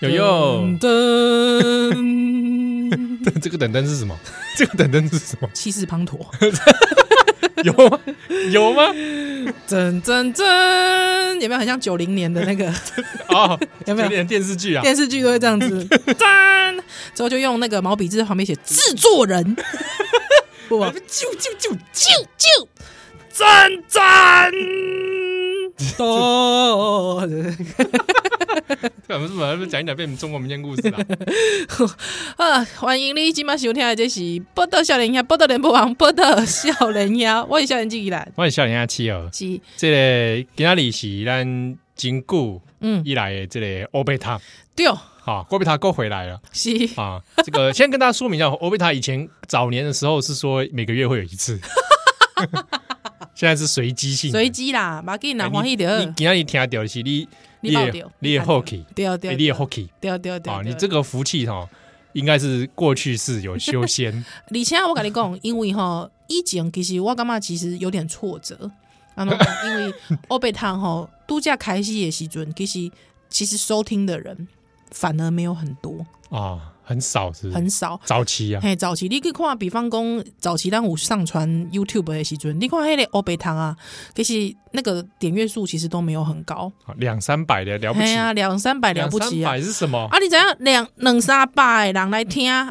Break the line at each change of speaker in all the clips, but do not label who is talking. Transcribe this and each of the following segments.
有用。
噔，
这个等灯是什 么？这个等灯是什么？
气势滂沱，
有吗？有吗？
噔噔噔，有没有很像九零年的那 个
哦，
有没有
点电视剧啊？
电视剧都会这样子？噔，之后就用那个毛笔字在旁边写制作 人，不吧，
啾啾啾！
啾 啾，赞赞。哦，
干嘛？是不是讲一讲变成中国民间故事了？
啊！欢迎你今晚收听的这是《报道少年呀》，报道联播网，报道少年呀，我是少年纪来，
我是笑脸阿啊七儿，
是
这个今仔日是咱真久
嗯，
以来的这个欧贝塔。
对，哦
啊，欧贝塔哥回来了
是
啊！这个先跟大家说明一下，欧贝塔以前早年的时候是说每个月会有一 次，现在是随机性的，
随机啦，马给拿
哎
欢喜
你你
的，
今天你听到的是你
你报
的
掉，
你的
报
hockey，
对啊
哎
对
你的
啊
hockey
对啊对啊对
啊，
啊，
你这个福气哈，应该是过去式有修仙
而且我跟你讲， 因为吼以前其实我感觉其实有点 挫折，啊，因为欧贝汤吼度假开始的时阵，其实其实收听的人反而没有很多，
啊，很少是不是
很少。
早期啊，
嘿，早期你去看，比方讲早期咱有上传 YouTube 的时阵，你看迄个欧贝汤啊，其实那个点阅数其实都没有很高，
啊两三百的了不
哎
起，
呀，两三百了
两
不
三
起啊！
百哦是什么？
啊，你知影两两三百的人来听啊，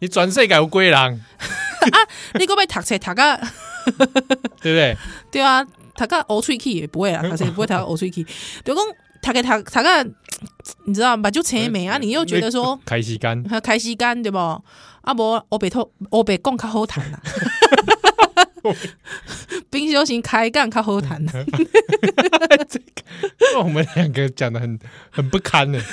你转世改有龟狼，
你个要读册读个。
对不对？
对啊，读个呕喙齿也不会啦，啊
嗯
他也不会读到呕 喙齿。就讲读个读读个，你知道吧？就前美啊，
嗯
你又觉得说
开西干
还开时间对不？啊无我白透我白讲较好谈 啦。冰小型开干较好谈啦，啊
嗯哦我们两个讲的很很不堪呢。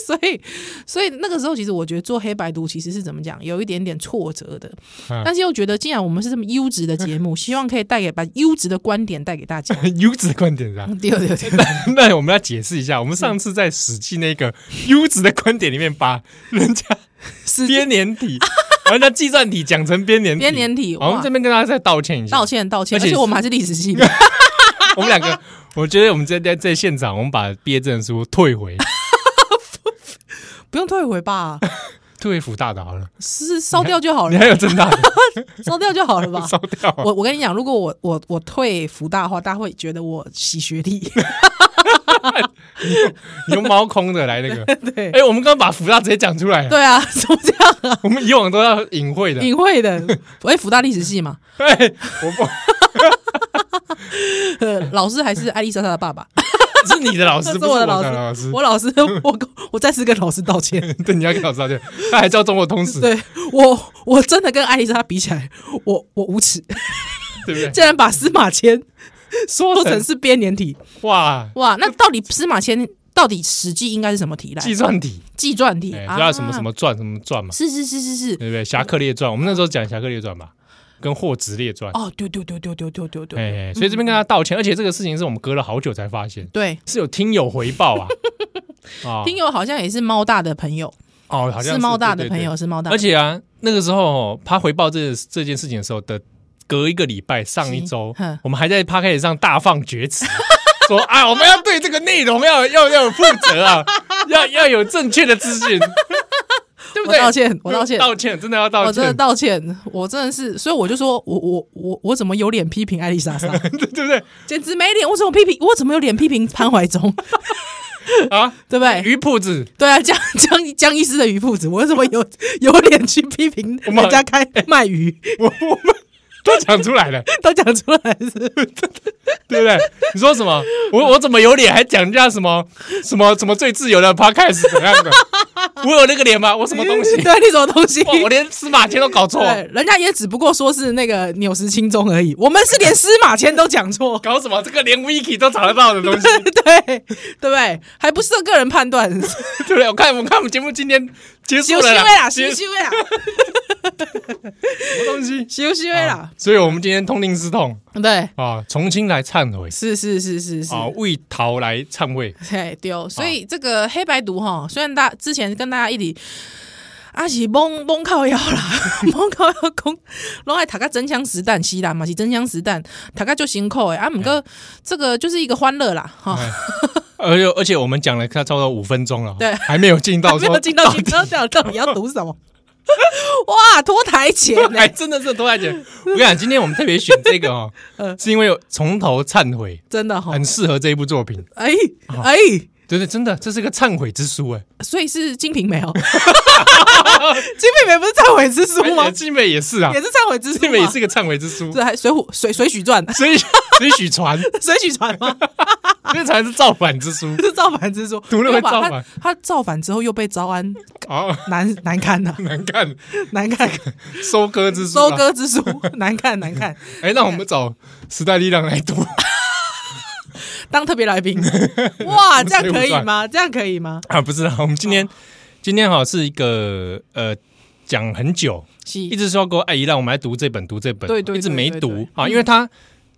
所以所以那个时候其实我觉得做黑白读其实是怎么讲，有一点点挫折的，
嗯
但是又觉得既然我们是这么优质的 节目，希望可以带给把优质的观点带给大家。
优质观点上，
对对对，
那我们要解释一下，我们上次在《史记》那个优质的观点里面，把人家
是
编年体， 把人家计算体讲成编年体
编年体，
好我们
哇
这，边跟大家再道歉一下，
道歉道歉，
而
而
且
且我们还是历史系的。
我们两个，我觉得我们在在在现场，我们把毕业证书退回，
不用退回吧，
退回福大的好了，
是烧掉就好
你
了，
还有正大的
烧掉就好了吧
。烧掉啊，
我我跟你讲，如果我我我退福大的话，大家会觉得我洗学历。
你用猫空的来那个，
对
哎，我们刚刚把福大直接讲出来了，
对啊，怎么这样啊？
我们以往都要隐晦的，
隐 晦的，哎，福大历史系嘛，
哎，我不
呃老师还是艾丽莎莎的爸爸，
是你的老 师，
是
不
我的
老
老
的老师，
师，我老师，我我再次跟老师道歉。
对，你要跟老师道歉，他还叫中国通史，
对我，我真的跟艾丽莎比起来，我我无耻，
对不对？
竟然把司 马迁
说
说成是编年体。
哇，
哇，那到底司马迁到底《史记》应该是什么题来？
计算体，
纪传体
哎，
啊，
叫什么什？么传什么传嘛，
是是是是是，
对不对？侠客列传，我们那时候讲侠客列传嘛，跟霍职列传，
哦，对对对对对对对对，
哎，所以这边跟他道歉，而且这个事情是我们隔了好久才发现。
对，
是有听友回报 啊，啊
嗯听友好像也是猫大的朋友，
哦，好像
猫大的
对对
朋友，是猫
对
大
而
的，
且啊，那个时候哦他回报这这件事情的时候的隔一个礼拜，上一周
是哼，
我们还在 p a c a s 上大放厥词， 说啊，我们要对这个内容要要要负责啊，要要有正确的资 讯，对不
我
对？
道歉，我道歉。
道歉，真的要道
我真的
歉，
道歉，我真的是，所以我就说我我我我怎么有脸批评艾丽莎莎，
对不对？
简直没脸！我怎么批评？我怎么有脸批评潘 怀忠，
啊，
对不对？
鱼铺子，
对啊，江江江医师的鱼铺子，我怎么 有有脸去批评
我们
人家开 卖鱼？
我我们都讲出来了，
都讲出来是，
对不对？你说什么？我我怎么有脸还讲人家什么什么什么最自由的 podcast 怎样的？我有那个脸吗？我什么东西？
对，你什么东西？
哇！我连司马迁都搞错，，
对，人家也只不过说是那个纽时轻中而已，我们是连司马迁都讲错
搞什么？这个连 wiki 都查得到的东西，
对对不对？还不是个人 判断，
对不对？我看我看我们节目今天结束
休息
了
位
啦，
啦，
结
休
什
息位 啦，
么东西？
休息位啦
啊，所以我们今天痛定思痛
对，
啊，重新来忏悔
是是是是是。
啊，为逃来忏悔。
嘿，对哦，所以这个黑白读哈，虽然大之前跟大家一起啊是蒙蒙靠腰啦， 蒙靠腰讲，拢爱读个真枪实弹，是啦 嘛是真枪实弹，读个就辛苦诶。啊，毋过这个就是一个欢乐啦，哈、
哎而且而且我们讲了差不多五分钟了，
对
还没有进到
没
说
有进到
底
去，不知道到底要读什 么。哇，拖台前呢、
还真的是拖太久。我跟你讲，今天我们特别选这个哦，
嗯哦
是因为有从头忏悔，
真的哈、
很适合这一部作品。
哎
哦
哎，
对对，真的，这是个忏悔之书哎。
所以是《金瓶梅》 哦，《金瓶梅》不是忏悔之书吗
哎？金美也是啊
也，是忏悔之书
金美也
吗
是？个忏悔之 书，
这还《水浒》《水水浒传》《
所以所以许传，
水浒传》吗？
这才是造反之书。
是造反之书，
读了会造反
没有吧他。他造反之后又被招安，
哦，
难难看呐、
难看，
难看。
啊收割之书啊。
收割之书， 难看难看。
哎，那我们找时代力量来读。
当特别 来宾，哇，这样可
水浒
以
传
吗？这样可以吗？
啊，不是啦，我们今天、
哦
今天哈是一个呃讲很久，
是
一直说过哎，宜兰我们来读这本读这本，
对对对
一直没
对
读
对
啊，因为他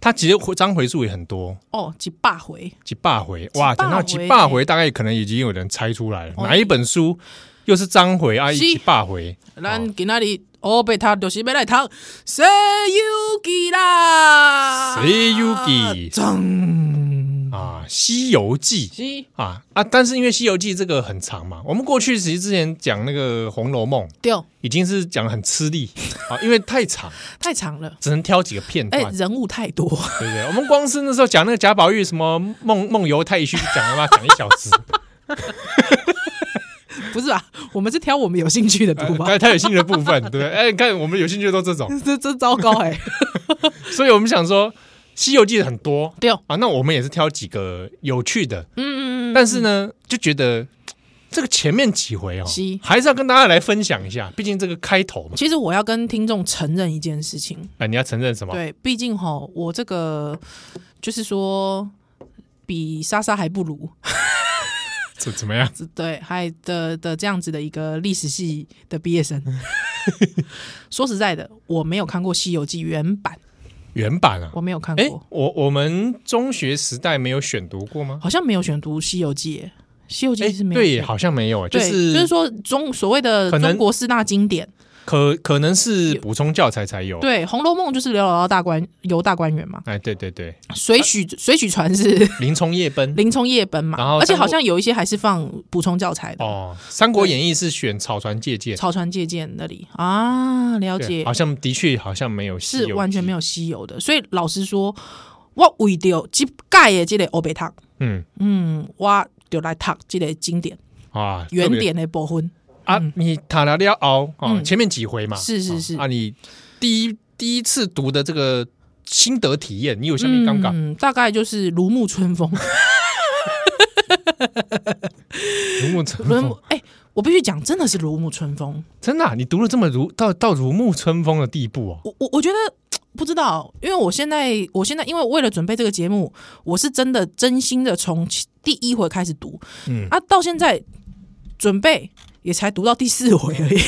他其实回章回数也很多，
哦，几霸回
几霸回哇，
几霸
等
回
到
欸
几霸回大概可能已经有人猜出来了，
哦
哪一本书又是章回啊，
是
几霸回
咱今仔日我被他就是要来读《西游记》啦，
啊西游记
真
啊，《西游记》
是
啊啊，但是因为《西游记》这个很长嘛，我们过去其实之前讲那个《红楼梦》
对，哦
已经是讲得很吃力啊，因为太长，
太长了，
只能挑几个片
哎、
段。
人物太多，
对不对？我们光是那时候讲那个贾宝玉什么梦梦游太虚，讲了嘛，讲一小 时，
不是吧？我们是挑我们有兴趣的读吧。
他呃他有兴趣的部分，对不对？ 哎，你看我们有兴趣的都这种，
这这糟糕 哎、
所以我们想说《西游记》很多
对，
啊，那我们也是挑几个有趣的，
嗯嗯嗯，
但是呢，就觉得嘖这个前面几回哦
是，
还是要跟大家来分享一下，毕竟这个开头嘛，
其实我要跟听众承认一件事情，
啊，你要承认什么？
对，毕竟哈，我这个就是说比莎莎还不如，
怎怎么样？
对，还的的这样子的一个历史系的毕 业生。说实在的，我没有看过《西游记》原版，
原版啊
我？没有看
哎
过，，
我我们中学时代没有选读过吗？
好像没有选读《西游记》耶，《西游记
哎》
是，没有
对，
选。
好像没有，就
对，
是
就是说中所谓的
可能
中国四大经典，
可可能是补充教材才有。
对，《红楼梦》就是刘姥姥大观游大观园嘛，
哎，对对对，
《水浒》 水浒传是
林冲夜奔
林冲夜奔嘛
然后，
而且
三国
好像有一些还是放补充教材的，
哦，《三国演义》是选草船借箭，
草船借箭那里啊，了
对
解
好，像的确好像没有西游记，
是完全没有西游的。所以老实说，我为着即盖的这个欧贝塔，
嗯
嗯，我就来读这个经典
啊
原
特别
点的部分。
啊，你塔拉利奥熬啊，
嗯
前面几回嘛，
是是
啊
是
啊，你第一第一次读的这个心得体验，你有下面刚刚
嗯，大概就是如沐春风。
如沐春
如沐
风，
哎、我必须讲，真的是如沐春风。
真的啊，你读了这么如到到如沐春风的地步哦，
我我我觉得不知道，因为我现在我现在因为为了准备这个节目，我是真的真心的从其第一回开始读，
嗯
啊，到现在准备也才读到第四回而已，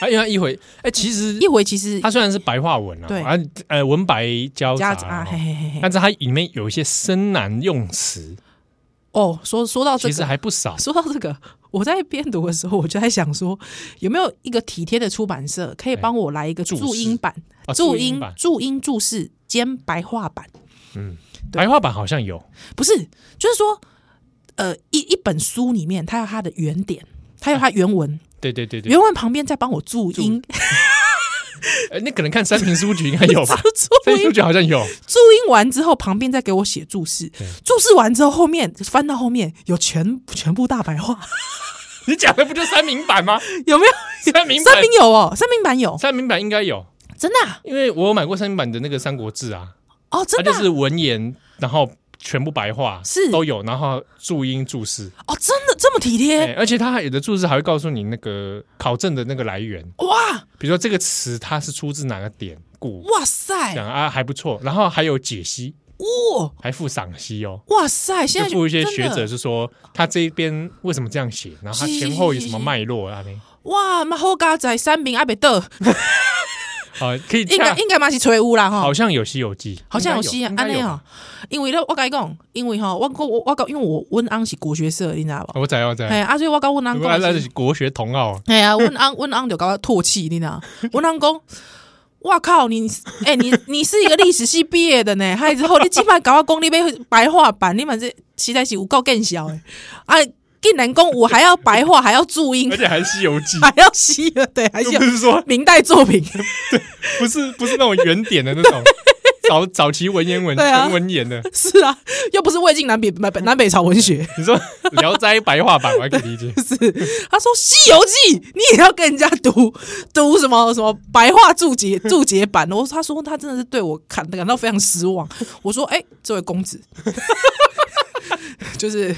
啊，因为他一回，哎，其实
一回其实
它虽然是白话文啊，
对
啊，呃，文白交
加
杂
啊，
哦
嘿，嘿嘿嘿，
但是它里面有一些深难用词，
哦，说说到这
其实
个，
还不少。
说到这个，我在编读的时候，我就在想说，有没有一个体贴的出版社可以帮我来一个
哎注释
注音版、
啊
注
注音
音
版、
注音注释兼白话版？对
白话版好像有，
不是，就是说，呃，一一本书里面，它有它的原点，它有它原文，
对对对对，
原文旁边再帮我注音，
呃你可能看三平书局应该有吧？
注
三平
注
书
音
局好像有，
注音完之后，旁边再给我写注释，注释完之后，后面翻到后面有全全部大白话，
你讲的不就三明版吗？
有没有？
三明版
三，明有哦，三明版有，
三明版应该有，
真的啊、
因为我有买过三明版的那个《三国志》啊，
哦，真
它
的
就
啊、
是文言，然后全部白话
是
都有，然后注音注释，
哦，真的这么体贴、
哎，而且它还有的注释还会告诉你那个考证的那个来源，
哇
比如说这个词它是出自哪个典故，
哇塞
讲啊还不错，然后还有解析，
哇、
还附赏析哦。
哇塞！现
就
在
附一些
真的哦
学者是说，他这一边为什么这样写，然后他前后有什么脉络啊？呢？
哇，嘛好家仔三明阿北得，
啊，可以
应
恰
该应该嘛是吹乌啦哈
好，像有《西游记》，
好像有啊
应
戏
该
安
有
内哈。，因为咧我跟你讲，因为哈我我我讲，因为我阮翁是国学社，你
应
知道
该
吧？
哦有我知道我知道
哎，啊，所以我跟阮
如
翁
果他
讲
那
的
是
是，啊
国学同好，啊
哎呀，阮翁阮翁就甲我唾弃，你知道？阮翁讲，哇靠！你哎、你你是一个历史系毕业的呢， 还之后你基本搞到公立被白话版，你满这实在是有够更小哎！啊，竟然讲我还要白话，还要注音
而，且还《西游记》
还要西了，对，还是
又
要
不是说
明代作品，
不是不是那种原点的那种早早期文言文
对啊
文文言的，
是啊，又不是魏晋南北南北南北朝文学。
你说《聊斋白话版》我还可以理解，
是，他说《西游记》，你也要跟人家读读什么什么白话注解注解版。我他说他真的是对我感感到非常失望。我说，哎、这位公子， 就是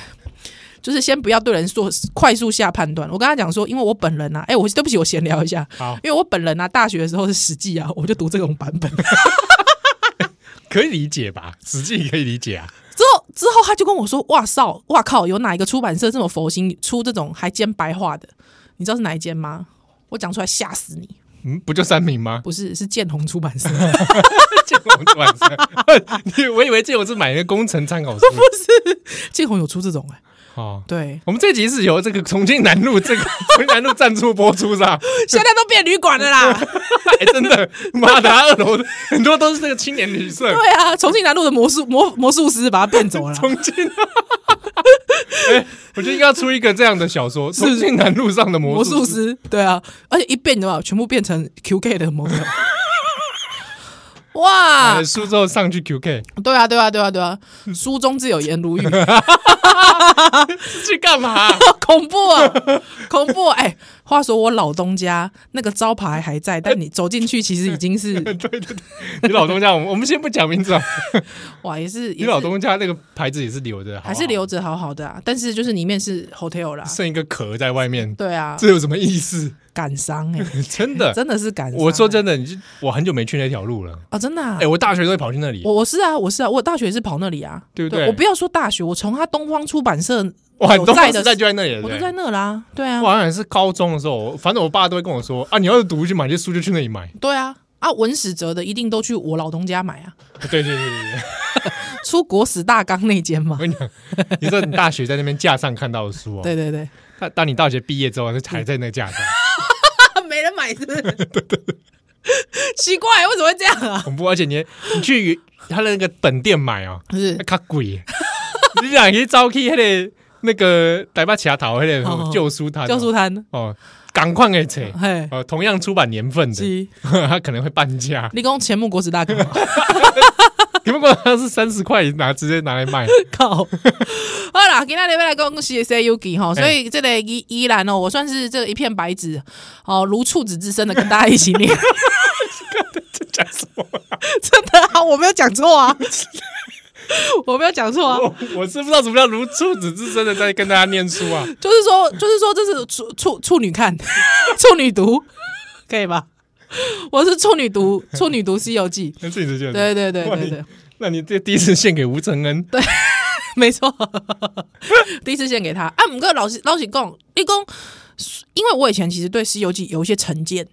就是先不要对人做快速下判断。我跟他讲说，因为我本人啊，哎、我对不起，我闲聊一下，
好
因为我本人啊，大学的时候是《史记》啊，我就读这种版本。
可以理解吧？《史记》可以理解啊，
之后之后他就跟我说：“哇少，哇靠，有哪一个出版社这么佛心出这种还兼白话的？你知道是哪一间吗？我讲出来吓死你！
嗯，不就三明吗？
不是，是建宏出版社，
建宏出版社， 你我以为建宏是买那个工程参 考书，
建宏有出这种哎、
哦。，
对
我们这集是由这个重庆南路这个 重庆南路赞助播出是吧？
现在都变旅馆 了啦。
哎，真的，妈的，他二楼很多都是那个青年旅社，
对啊，重庆南路的魔术魔魔术师把它变走了啦。
重庆。哎，我觉得应该要出一个这样的小说，《重庆南路上的魔
魔
术
术
师》。
师，对啊，而且一变的话，全部变成 QK 的模特。哇啊
呃，，苏州上去 QK
对啊，对啊，对啊，对啊，
嗯
书中自有颜如玉，
去干嘛？
恐怖 啊，恐怖啊！哎、话说我老东家那个招牌还在，但你走进去其实已经 是
对对对， 你老东家，我们我们先不讲名字啊，
哇，也是
你
也
老
是
东家那个牌子也是留着，好不好
还是留着好好的啊，但是就是里面是 hotel 啦，
剩一个壳在外面，
对啊，
这有什么意 思？
感伤哎、
真 的，
真的是感伤欸。
我说真的，你就我很久没去那条路了。
啊，真的、啊
哎，我大学都会跑去那里，
我我是啊，我是啊，我大学是跑那里啊，
对不对
我不要说大学，我从他东方出版社，
哇，
有
东
在
方
的
时代就在那里了，
我
对
都
不对
在那啦，对啊
我，好像是高中的时候，我反正我爸都会跟我说啊，你要是读去买这书就去那里买。
对啊，啊，文史哲的一定都去我老东家买啊，
对对对对
出国史大纲那间嘛，
对， 你说你大学在那边架上看到的书哦，
对对对，
但当你大学毕业之后，还在那个架上，
啊， 没人买是 不是？奇怪，为什么会这样啊？
恐怖。而且你你去他的那个本店买哦，
是
较贵。 你俩去走去迄个那个台北桥头迄
哦
个
哦
旧书摊哦，
教书摊，
哦，赶快给扯。
嘿，
呃，同样出版年份的，
是
他可能会半价。
立功前木国史大纲吗，
只不过他是三十块拿，直接拿来 卖。
靠！好啦，今天要来讲是 C U G 哈，所以这个依依然哦，我算是这一片白纸哦，如处子之身的跟大家一起念，
这讲什么？
真的啊，我没有讲错啊， 我没有讲错啊，
我 我是不知道什么叫如处子之身的在跟大家念书 啊。
就是说，就是说，这是处处处女看， 处女读，可以吧？我是处女读，处女读《西游 记》，
那自己就
对对对
哇
对
你
对，
那你这第一次献给吴承恩，
没错， 第一次献给他啊。五个老师老师讲，一共，因为我以前其实对《西游记》有一些成见，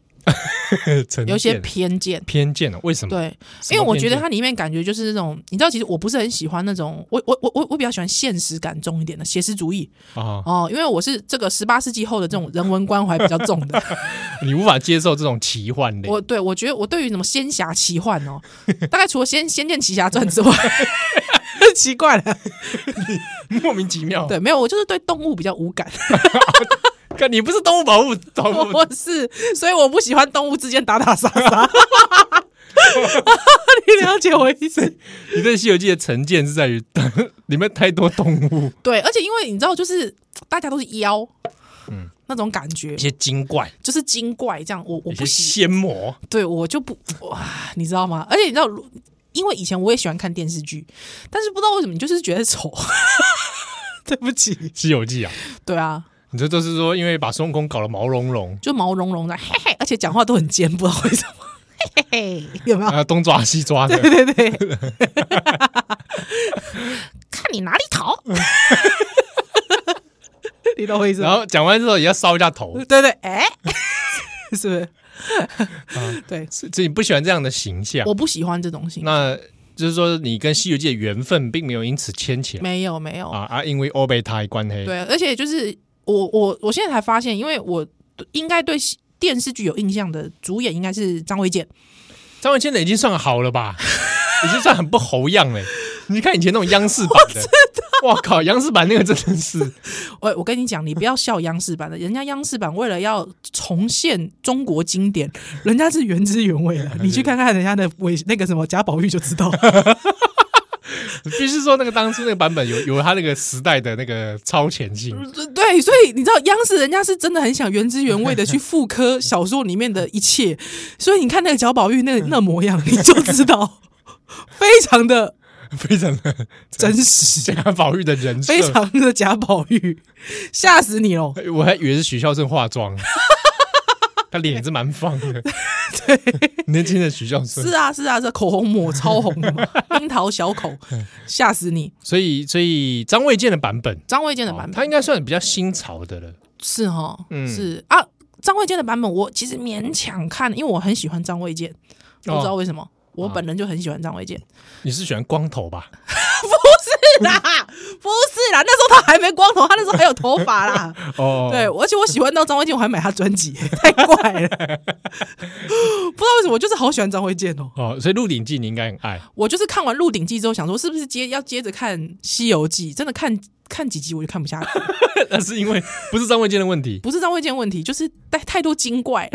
成
有一些
见
偏见。啊
偏见了，为什么？
对，
嗯什么
因为我觉得
偏见
它里面感觉就是那种，你知道，其实我不是很喜欢那种，我我我我我比较喜欢现实感重一点的写实主义
啊，
哦，因为我是这个十八世纪后的这种人文关怀比较 重的，
你无法接受这种奇幻类。
我对我觉得我对于什么仙侠奇幻哦，大概除了仙《仙剑奇侠传》之外， 奇怪了，
莫名其妙。
对，没有，我就是对动物比较无感，
看你不是动物 保护保
我
护，
我是，所以我不喜欢动物之间打打杀杀。 你了解我 意思？
你对《西游记》的成见是在于 里面太多动物，
对，而且因为你知道，就是大家都是妖，嗯，那种感觉
一些精怪，
就是精怪这样，我我
一
不
些
喜，
仙魔。
对我就不哇，你知道吗？而且你知道，因为以前我也喜欢看电视剧，但是不知道为什么你就是觉得丑。 对不起，
《西游记》啊，
对啊，
你这都是说因为把孙悟空搞得毛茸 茸
就毛茸茸的，嘿嘿，而且讲话都很尖，不知道为什么，嘿嘿嘿，有没有？
啊，东抓西抓的，
对对对，看你哪里 讨，你懂我意思
然
吗？
后讲完之后也要烧一下头
对，对，哎、 是不是？对，
所以你不喜欢这样的形象
我。不喜欢这种型，
嗯那就是说你跟《西游记》的缘分并没有因此牵起来
没有没有，
啊啊，因为欧贝塔关黑，
对，而且就是我我我现在才发现，因为我应该对电视剧有印象的主演应该是张卫健，
张卫健的已经算好了 吧，已经算很不猴样了。你看以前那种央视版的，哇靠，央视版那个真的是
我我跟你讲，你不要笑央视版的，人家央视版为了要重现中国经典，人家是原汁原味的。你去看看人家的伪那个什么贾宝玉就知道了，
必须说那个当初那个版本有有它那个时代的那个超前性，
对，所以你知道央视人家是真的很想原汁原味的去复刻小说里面的一切，所以你看那个贾宝玉那那模样，你就知道 非常的
非常的
真实，
这个宝玉的人设
嗯 非。常的贾宝玉，吓死你了！
我还以为是许孝顺化妆，他脸也是蛮放 的。年轻的许孝顺
是，啊，是啊，这口红抹超红的嘛，樱桃小口， 吓死你！
所以所以张卫健的版本，
张卫健的版本，
哦他应该算比较新潮的了。
是哦，
嗯
是啊。张卫健的版本我其实勉强看，因为我很喜欢张卫健，我
哦
不知道为什么，
啊
我本人就很喜欢张 卫健。
你是喜欢光头吧？
不是啦，不是啦，那时候他还没光头，他那时候还有头发啦。
哦，
对，而且我喜欢到张卫健，我还买他专辑， 太怪了。不知道为什么，我就是好喜欢张卫健哦。
哦，所以《鹿鼎记》你应该很爱。
我就是看完《鹿鼎记》之后，想说是不是接要接着看《西游记》，真的看看几集我就看不下去。
那是因为不是张卫健的问题，
不是张卫健问题，就是太太多 精怪，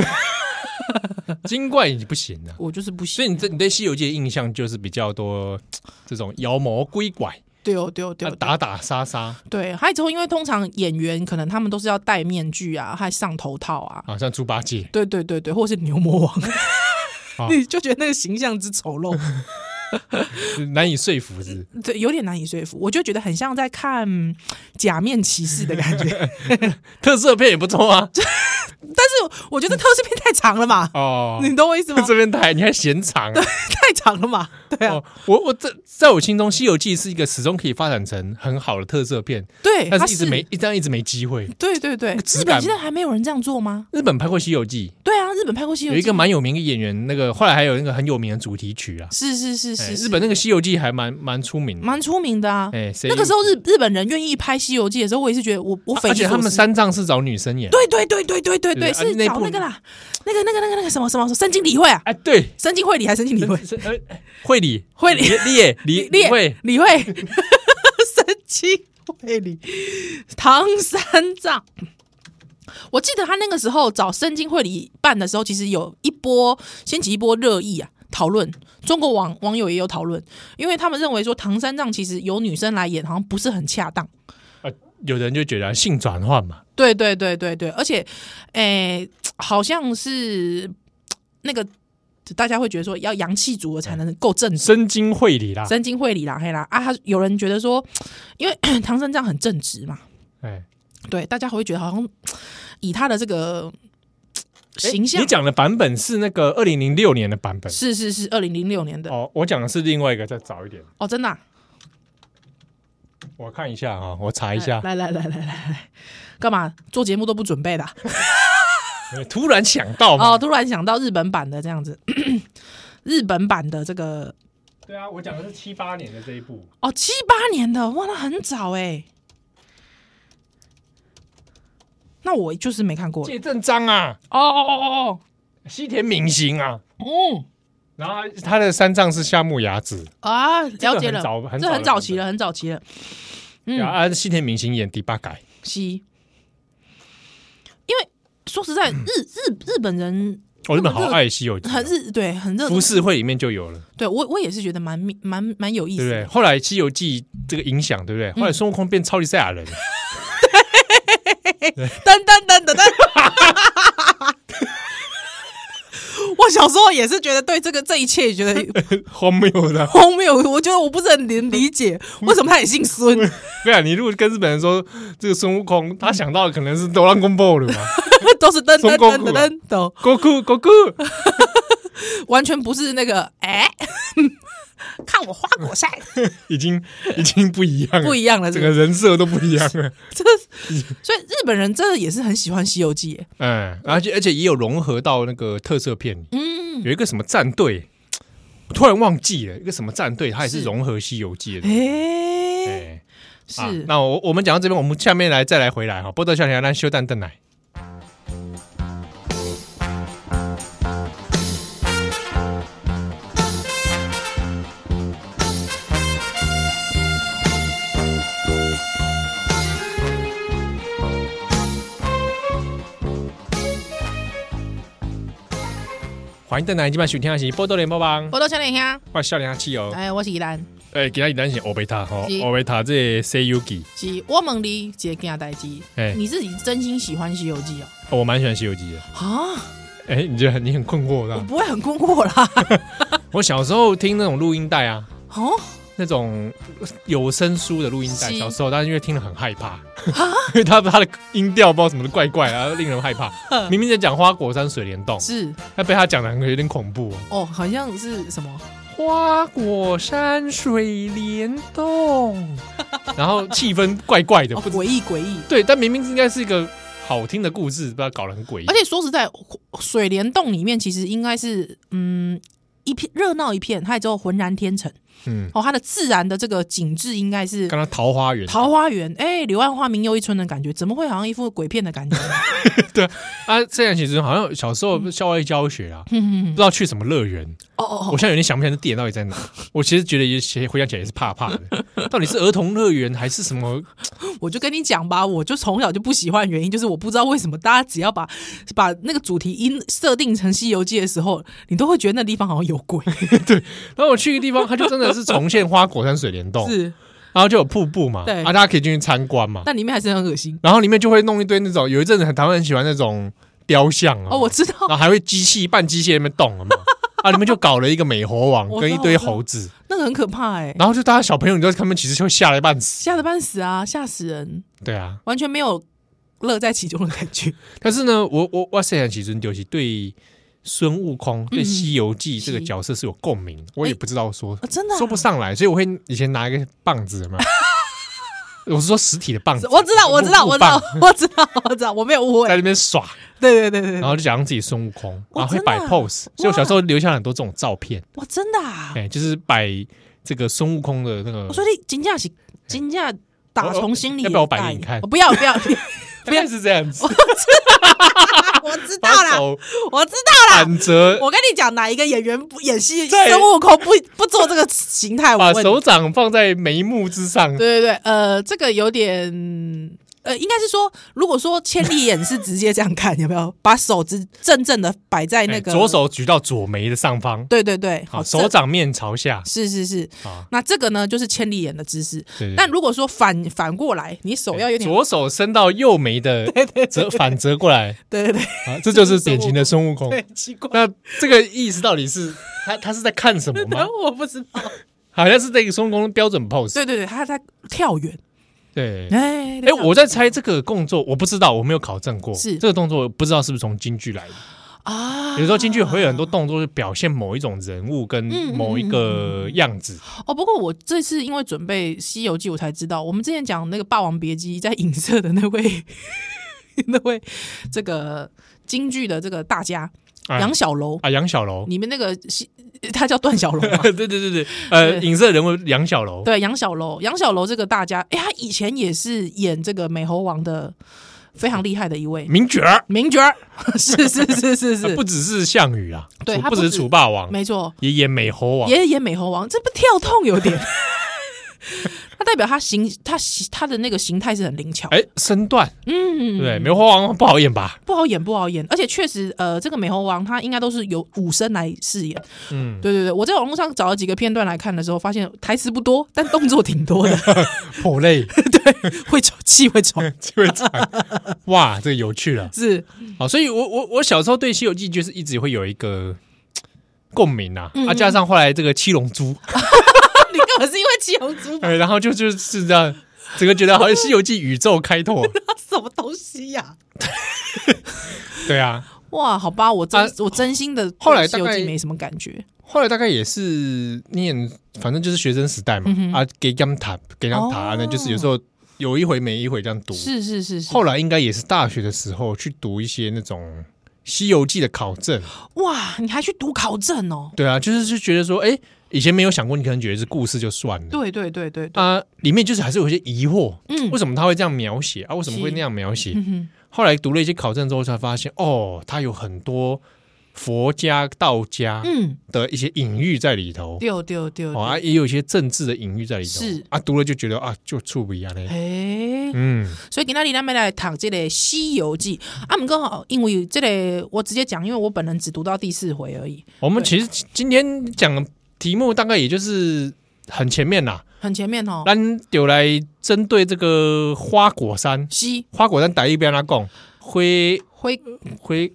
精怪你不行啊。
我就是不喜
所以你对你对《西游记》的印象就是比较多这种妖魔鬼怪，啊
对哦，对哦，对哦，对哦
打打杀杀，
对，还有之后，因为通常演员可能他们都是要戴面具啊，还上头套啊，
好像猪八戒
对对对对，或是牛魔王，
啊
你就觉得那个形象之丑 陋，
就难以说服是不
对，有点难以说服。我就觉得很像在看《假面骑士》的感觉， 但
是特色片也不错啊。
是我觉得特视片太长了嘛，
哦，
你懂我意思吗
？这边台你还嫌长 啊？
太长了嘛，对啊，
哦，我我在在我心中，《西游记》是一个始终可以发展成很好的特色片，
对，
但
它
是一直没，一但一直没机会。
对对对，
质
日本
感
现在还没有人这样做吗？
日本拍过《西游记
对啊，日本拍过《西》，游
有
记》，
一个蛮有名的演员，那个后来还有那个很有名的主题曲啊。
是是是
哎
是是
日本那个《西游记》还蛮蛮出名的，
蛮出名的啊。
哎，谁啊
那个时候日日本人愿意拍《西游记》的时候，我也是觉得我我匪夷
而且他
所
们
思
三藏是找女生演，
对对对对对对
对
对，
啊
是
那
找
部
那个啦，那个那个那个那个什么什么什么神经理会啊，
哎，对，
神经会理还是神经理会？
是呃会理
会理
理 理理会，
理会，神经会理，唐三藏。我记得他那个时候找圣经会理办的时候，其实有一波掀起一波热议啊，讨论。中国网网友也有讨论，因为他们认为说唐三藏其实由女生来演好像不是很恰当。
呃，有人就觉得性转换嘛，
对对对对对，而且，诶、好像是那个大家会觉得说要阳气足了才能够正直，
深经会理啦，
真经会理啦，嘿啦啊，有人觉得说，因为 唐三藏很正直嘛，
哎，
对，大家会觉得好像以他的这个
哎
形象
你，讲的版本是那个二零零六年的版本
是是是，二零零六年的哦
哦，我讲的是另外一个，再早一点，
真的啊、
我看一下啊，我查
来
一下，
哎来来来来来来，干嘛做节目都不准备的啊、
突然想到嘛
哦，，突然想到日本版的这样子， 日本版的这个
对啊，我讲的是七八年的这一部，
哦，七八年的，哇，那很早哎、那我就是没看过。
借正章啊，
哦哦哦哦
西田敏行啊，
哦，
然后他的三藏是夏目雅子，
嗯啊，了解
这个很
了，
早很
这
早
很
的
早
版
期
本
了，很早期了。嗯
对啊，啊西田敏行演第八改，
西，因为说实在，日日日本人
我日本好爱《西游记》哦，
很日对很热
浮
衷，
世绘里面就有了。
对我我也是觉得蛮蛮蛮有意
对
思嗯
不
的。
对？后来《西游记》这个影响，对不对？后来孙悟空变超级赛亚人，
噔噔噔噔噔。 我小时候也是觉得对这个这一切也觉得
荒谬的。
荒谬，我觉得我不是很能理 解为什么他也姓孙。
对啊，你如果跟日本人说这个孙悟空，他想到的可能是《哆啦 A 梦》了 嘛，
都是噔噔
孙
噔
悟
噔
空啊
噔噔，
国库国库，
完全不是那个哎、 看我花果山
已 经已经不一样了，
不一样了是
整
不
个
是，
人设都不一样 了。
这个所以日本人真的也是很喜欢《西游记》耶。
嗯，而且而且也有融合到那个特色片里，
嗯，
有一个什么战队，我突然忘记了，一个什么战队，它也是
是
融合《西游记》的。
哎、
哎，
是、
啊那我我们讲到这边，我们下面来再来回来哈，波多笑脸让修蛋蛋奶。
「
欢迎邓来今晚收听的是《波多连帮帮》，
我都想点听，
我笑脸阿七哦，
哎，我是依兰，
哎，给他一担心欧贝塔哈，
是
欧贝塔这 C U G，
是我问你一个件代志，
哎，
你自己真心喜欢《西游记》哦？
我蛮喜欢《西游记》的。
啊，
哎，你觉得你很困惑啊
我
吧？
不会很困惑啦。
我小时候听那种录音带啊，
哦，
那种有声书的录音带，
是啊
小时候，但是因为听了很害怕， 因为他他的音调不知道什么的怪怪啊，令人害怕。
嗯
明明在讲花果山水帘洞，
是
但被他讲的有点恐怖哦。
哦，好像是什么？
花果山水帘洞，然后气氛怪怪的，
哦，
不知哎
诡异诡异。
对，但明明应该是一个好听的故事，不知道搞得很诡异
而。且说实在，水帘洞里面其实应该是嗯一片热闹一片，它也只有浑然天成
嗯，
哦，它的自然的这个景致应该是
刚刚桃花源，
桃花源，哎、柳暗花明又一村的感觉，怎么会好像一副鬼片的感觉？
啊，这样其实好像小时候校外教学啊，不
嗯
知道去什么乐园。
哦哦
我
哦，
现在有点想不起来那地点到底在哪。我其实觉得也写回想起来也是怕怕的， 到底是儿童乐园还是什么？
我就跟你讲吧，我就从小就不喜欢，原因就是我不知道为什么大家只要把把那个主题音设定成《西游记》的时候，你都会觉得那地方好像有鬼，
然后我去一个地方，它就真的是重现花果山水帘洞，
是，
然后就有瀑布嘛，
对
啊，大家可以进去参观嘛。
但里面还是很恶心。
然后里面就会弄一堆那种，有一阵子很台湾很喜欢那种雕像啊，
哦，我知道，
然后还会机器半机械在那边动，有 没有啊，你们就搞了一个美猴王
我知道
跟一堆猴子，
那个很可怕哎、
然后就大家小朋友，你知道他们其实就会吓得半死，
吓得半死啊，吓死人，
对啊。
完全没有乐在其中的感 觉。
但是呢，我我我虽其实就是对孙悟空、对《西游记》这个
嗯是
角色是有共鸣，我也不知道说
啊、真的啊、
说不上来，所以我会以前拿一个棒子嘛， 我是说实体的棒子，
我知道，我知道，
木
我
木
知道
棒，
我知道， 我知道，我没有误
在哦
会。
那边耍，
对对对对
然
对，
后就假装自己孙悟空，
哦
然后会摆
真的啊
pose，所以我小时候留下很多这种照片，
哇，真的啊！哦
哎，就是摆这个孙悟空的那个
我，说你金价是金价打从心里
哎要
也带你，哦
不要我摆给你看
我不要不要，不要
不要是这样子，
我知道
把
啦，
手
我知道啦。
反 折，
我跟你讲，哪一个演员不演戏
在
孙悟空不不做这个形态？我
把
问
手
你。
掌放在眉目之上，
对对对，呃，这个有点。呃，应该是说，如果说千里眼是直接这样看，有没有把手指正正的摆在那
哎
个、
左？手举到左眉的上方，
对对对，
好，
好，
手
手
掌面朝下，
是是是。
好，
那这个呢，就是千里眼的姿势。
对对
但如果说反反过来，你手要有点，
嗯哎左手伸到右眉的 折反折过来，
对对对，
啊，这就是典型的孙悟空。
对，奇怪，
那这个意思到底是他他是在看什么 吗？
我不知道。
好像是这个孙悟空的标准 pose。
对对对，他在跳远。
对，
哎
哎，我在猜这个动作，我不知道，我没有考证过。
是
这个动作，不知道是不是从京剧来的。
啊，
有时候京剧会有很多动作，是表现某一种人物跟
嗯嗯
某一个样子。
哦。不过我这次因为准备《西游记》，我才知道，我们之前讲那个《霸王别姬》在影射的那位 那位这个京剧的这个大家
哎
杨小楼，
啊，杨小楼，？
你们那个西他叫段小楼吗
对对对对，呃，
对
影射人物杨小楼，
对，杨小楼，杨小楼这个大家，哎，他以前也是演这个美猴王的非常厉害的一位
名角儿，
名角儿，是是是是
他嗯
是
不，只是项羽啊，
对
楚
他
不
不
只是
止
楚霸王，
没错，
也演美猴王，
也演美猴王，这不跳痛有 点。 他代表他形，他形他的那个形态是很灵巧，
哎，身段
嗯，
对，美猴王不好演吧？
不好演，不好演，而且确实，呃，这个美猴王他应该都是由武生来饰演，
嗯，
对对对，我在网络上找了几个片段来看的时候，发现台词不多，但动作挺 多的，
好累，
会喘气，会喘，
就会惨。 哇，这个有趣了。
是
好，所以我我我小时候对《西游记》就是一直会有一个嘖共鸣啊，
嗯
啊，加上后来这个七龙 珠，
你根本是因为七龙珠吧
哎，然后就就是这样，整个觉得好像《西游记》宇宙开 拓。
什么东西啊呀、
对啊，
哇，好吧，我真、
啊
我真心的
后来
《
大
西
概
游记》没什么感觉，
后来大概也是念，反正就是学生时代嘛，啊，给他们谈，给他们谈呢，
嗯哦
就是有时候有一回没一回这样读。
是是是是，
后来应该也是大学的时候去读一些那种《西游记》的考证。
哇，你还去读考证哦？
对啊，就是就觉得说，哎、以前没有想过，你可能觉得是故事就算了。
对对对对对，
啊、里面就是还是有一些疑惑，
嗯
为什么他会这样描写啊？为什么会那样描写？
嗯哼，
后来读了一些考证之后，才发现哦，他有很多佛家、道家
嗯，
的一些隐喻在里头，
丢丢丢，
哦
丢
啊，也有一些政治的隐喻在里头。
是
啊，读了就觉得啊，就触不一样嘞。
哎，
嗯，
所以今仔日咱们来读这个《西游记》啊，毋过吼，因为这个我直接讲，因为我本人只读到第四回而已，
我们
对
其实今天讲的题目大概也就是很前面啦，
很前面吼。
咱就来针对这个花果山，
西
花果山打一边来啊讲，灰
灰
灰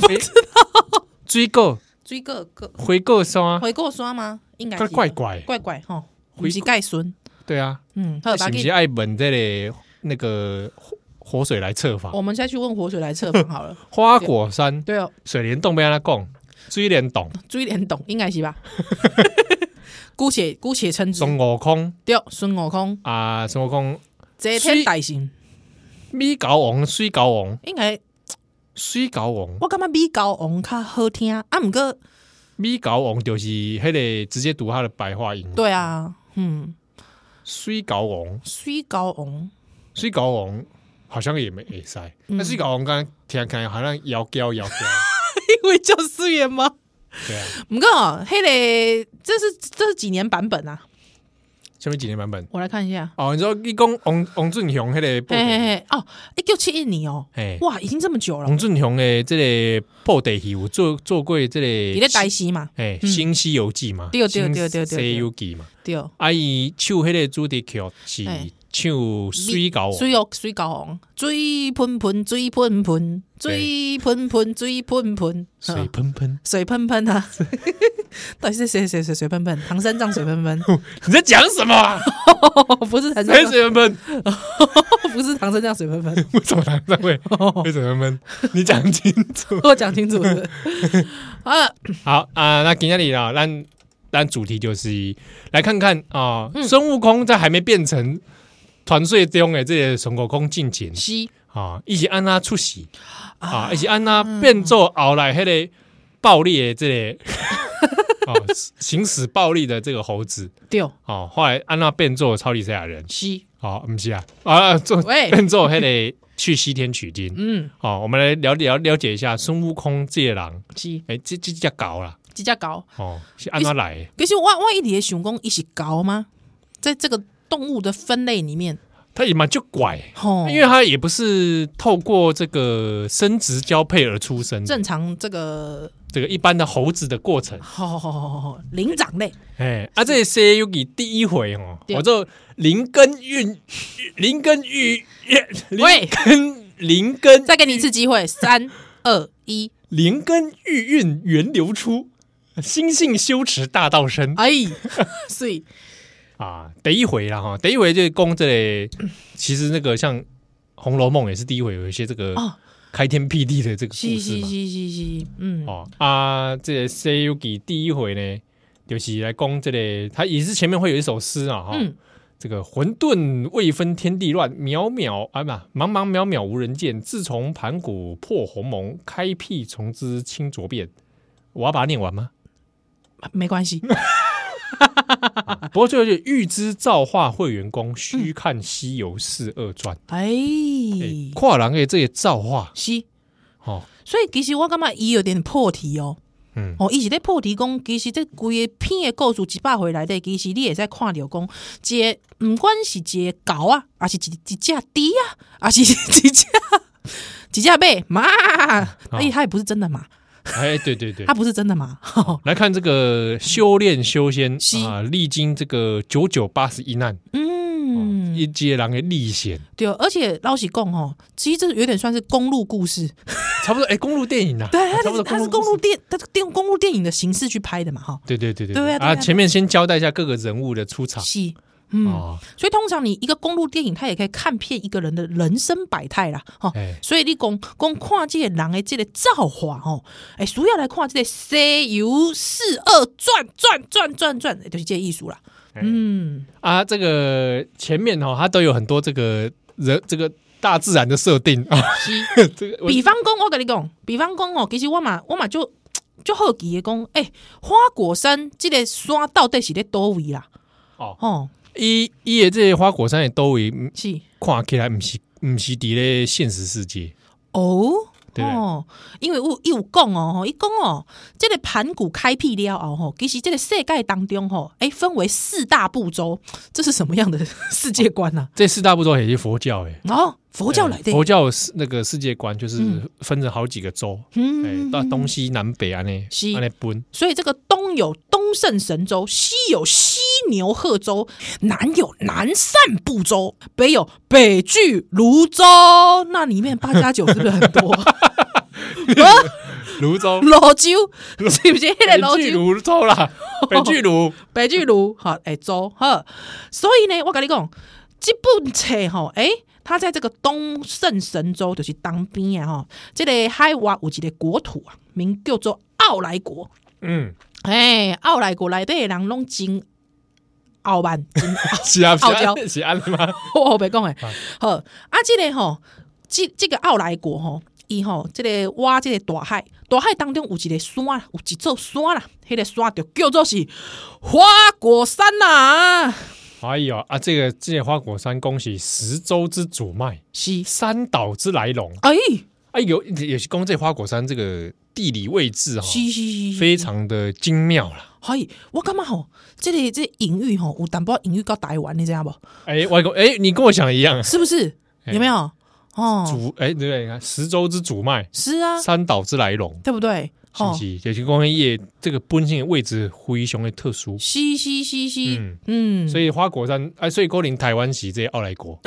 不知道水果
追个个
回购山，
回过刷吗？应该
怪
是
怪怪，
怪怪吼，
回
不是盖孙，
对啊，
嗯，好，
是
把
不是爱本这里那个活活水来测法？
我们再去问活水来测访好 了。
花果山
对哦，哦
水帘洞被他讲，水帘洞
追连懂应该 是吧？姑且姑且称之
孙悟空
对，孙悟空
啊，孙悟空
这天大神，
米高王、水高王、
应该
水高王、
我感觉比高王较好听啊，毋过
米高王就是迄个直接读他的白话音，
对啊，嗯，
水高王、
水高王。
水高王好像也没也塞，
嗯
那水高王刚刚听看好像摇高 摇高，
因为教师员吗？
对啊，
唔过哦，黑嘞，这是这是几年版本啊？
下面几年版本
我来看一下，
哦，你说你讲王王俊雄迄个布
嘿
袋，
嘿嘿，哦，一九七一年哦，
嘿
哇，已经这么久了，
王俊雄的这个布袋戏有做做过这
你
个
在台西嘛？
哎，
嗯
新《西游记》嘛，
对对
新
对对对对
西游记》嘛，
对，
啊伊唱迄个主题曲是
哎
唱水狗王，
水哦，水高王，水喷喷，水喷喷，水喷喷，水喷喷，
水
嗯
喷喷，
水喷喷啊！ 到底是谁谁谁水喷喷？唐三藏水喷 喷，
你在讲什么 啊？
不是唐三
谁
藏，哦
水喷喷？
不是唐三藏水喷喷，
为什么男生会为什么喷？你讲清楚。
我讲清楚 了。啊，
好啊，那今天里啊，咱咱主题就是来看看啊，孙悟空在还没变成团睡中的这些孙悟空进前
西
啊，一起按他出席啊，一起按他变做后来迄个暴力的这个 哦，行使暴力的这个猴子
对
哦，后来安娜变做超级赛亚人
西，
哦，不是啊啊，做
喂
变做迄个去西天取经
嗯，
哦，我们来了了了解一下孙悟空这个人，
西
哎，这这叫搞啦
这只狗。
哦，是安娜来的？
可是我我一直在想讲，伊是高吗？在这个动物的分类里面，
他也蛮就拐，
吼，
因为他也不是透过这个生殖交配而出生的，
正常这个，
这个一般的猴子的过程。
吼吼吼吼吼，灵长类，
哎，啊，这 C U G 第一回哦，
对
我就林根运林根玉
喂
林根林根
再给你一次机会，三二一，
林根玉韵源流出，心性修持大道生
哎， 所以
啊，第一回啦哈，第一回就是攻这 里，其实那个像《红楼梦》也是第一回有一些这个
哦
开天辟地的这个故
是
事
是
嘛
是，是是，嗯，
哦啊，这 C U G 第一回呢，就是来攻这里，他也是前面会有一首诗啊哈。
嗯，
这个混沌未分天地乱，渺渺啊不，茫茫渺渺无人见。自从盘古破鸿蒙，开辟从之清浊变。我要把它念完吗？
没关系，
不过最后就欲知造化会元
嗯
功，须看《西游示二传》
哎，
哎。跨栏的这些造化
是，
哦，
所以其实我感觉伊有点破题哦。
嗯
哦，伊是咧破题讲，其实这规个片的故事一百回内底，其实你会使看着讲，一个毋管是一个狗啊，还是一一只猪啊，还是一只 一只马马，而且它也不是真的马，
哎，对对 对
它，不是真的马，哦
来看这个修炼修仙
是
啊，历经这个九九八十一难，哦
嗯，
一阶狼的历险，
对，而且老实讲吼，其实这有点算是公路故事，
差不多哎，公路电影呐，
对，
差不多
它是公
故事
路电，它是电公路电影的形式去拍的嘛，哈，
对对对对
对啊对啊对啊
前面先交代一下各个人物的出场
是，嗯，
哦，
所以通常你一个公路电影，它也可以看遍一个人的人生百态啦，吼、
哎
所以你讲讲看这个人的这个造化吼，哎、主要来看这个《西游四二转转转转转》，就是这个艺术啦。
哎
嗯，
啊，这个前面哦，它都有很多这个人这个大自然的设定啊， 这个我
比方讲，我跟你讲，比方讲哦，其实我嘛我嘛就就好奇的讲，哎、花果山这个山到底是在多位啦？
哦
哦，
伊伊的这些花果山也都为
是
看起来不是不是伫咧现实世界，
哦，
对不对？
哦，因为有伊有讲哦，吼，伊讲哦，这个盘古开辟了后吼，其实这个世界当中吼，哎，分为四大部洲，这是什么样的世界观呢、
这四大部洲也是佛教哎，
啊？哦，佛教来的，
佛教是那个世界观就是
嗯
分成好几个州，哎，
嗯，
到东西南北啊呢，
是
啊呢分，
所以这个东有东胜神州，西有犀牛贺州，南有南赡部洲，北有北距泸州。那里面八加九是不是很多？
泸州
泸州是不是那个泸
北距
州？
泸州 啦，北距泸，
北距泸好，哎州呵。所以呢，我跟你讲，这本册吼，哎、他在这个东胜神州就是当兵啊吼，这个海外有一个国土啊，名叫做奥莱国。
嗯，
哎，奥莱国内底的人拢真傲慢， 真
是啊，是
傲
啊，
娇
是安的吗？
我后白讲诶
啊。
好，啊，即、个吼，即即、个奥莱国吼，伊吼，即、个挖即个大海，大海当中有一个山，有一座山啦，迄、个山就叫做是花果山呐、
哎呦啊，这个这个花果山，恭喜十洲之主脉，
是，
三岛之来龙，
哎、
哎有也是讲这花果山这个地理位置哈，
是是是，
哦非，常的精妙啦。
哎，我感觉吼，即、个即、个隐喻吼，有淡薄隐喻到台湾，你知影无？
哎，外公，哎，你跟我想的一样，
是不是？
哎
有没有？哦，
主哎对不对？你看十洲之主脉，
是啊，
三岛之来龙。
对不对？
是不
哦
是？就是讲叶这个本身的位置非常的特殊，
是是是是
嗯，
嗯，
所以花果山哎，所以高林台湾是这些奥莱 国，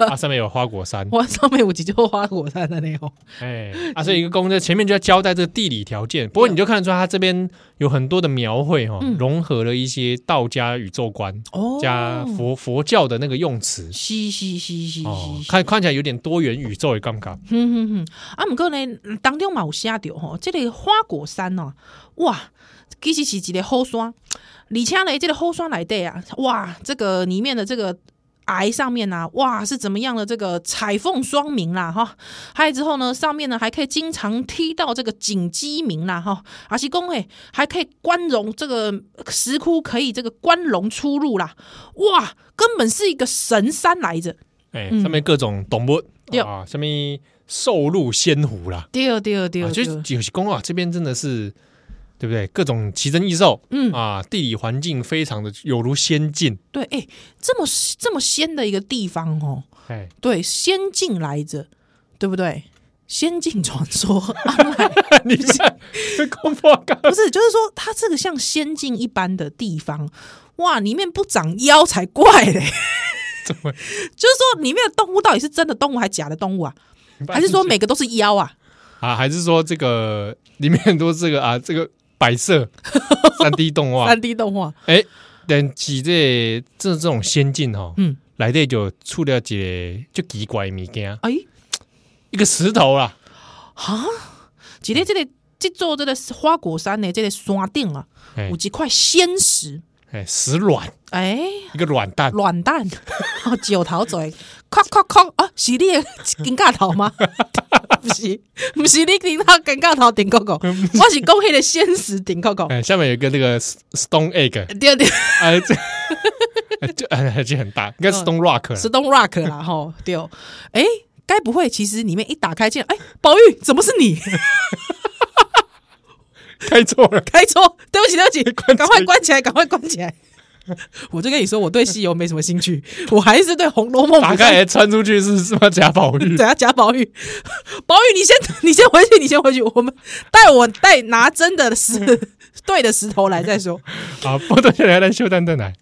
啊上面有花果山，
我上面有几座花果山的那种，
哎啊，所以一个公在前面就要交代这个地理条件。不过你就看得出来，它这边有很多的描绘哈
嗯，
融合了一些道家宇宙观
哦
加佛佛教的那个用词。
是是是是
哦
是，，是
看看起来有点多元宇宙的尴尬，
哼哼哼，啊，毋过呢，当中嘛有写着吼，即、个花果山哦、哇，其实是一个好山，而且呢，这个好山内底啊，哇，这个里面的这个。崖上面啊，哇，是怎么样的这个彩凤双鸣啦，哈，还有之后呢，上面呢还可以经常踢到这个锦鸡鸣啦，哈，而且公会还可以关笼这个石窟，可以这个关笼出入啦，哇，根本是一个神山来着，
哎，
嗯
上面各种动物
对
啊，什么兽鹿、仙虎啦，
对对对
啊，
哦
就
对，
是有些公啊，这边真的是对不对？各种奇珍异兽，
嗯
啊，地理环境非常的有如仙境，
对，哎、这么这么仙的一个地方哦，
哎，
对，仙境来着，对不对？仙境传说，安来
你看这公婆干
不是，就是说它这个像仙境一般的地方，哇，里面不长妖才怪嘞！
怎么？
就是说里面的动物到底是真的动物还是假的动物啊？ 还是说每个都是妖啊？
啊？还是说这个里面很多这个啊，这个摆 设三 D 动画，
三 D 动画，
哎，但起这这这种仙境哈、哦，
嗯，
来这就出了一个就奇怪的物件，
哎、
一个石头啦，
哈，今天这个这座这个花果山的这个山顶啊，
哎
有一块仙石，
哎，石卵，
哎、
一个卵蛋，
软蛋， 哦，九头嘴，哐哐哐啊，是你的 金架头吗？ 不是，不是你顶到金架头顶 Coco，我是讲迄个现实顶 Coco。
哎，下面有一个那个 stone egg，
对对，
哎，这 哎就哎就很大，应该是 Stone Rock
是
了。
东 Rock 啦吼，对，哎，该不会其实里面一打开见，哎，宝玉怎么是你？
开错了，
开错，对不起对不起，
关
赶快
机
关起来，赶快关起来。 我就跟你说，我对西游没什么兴趣，我还是对《红楼梦》
打
比较
开来穿出去是是吗？贾宝 玉
等下贾宝玉，宝玉你先 你先回去，你先回去，我们带我带拿真的石 对的石头来再 说。
啊，波多小来来秀蛋蛋来。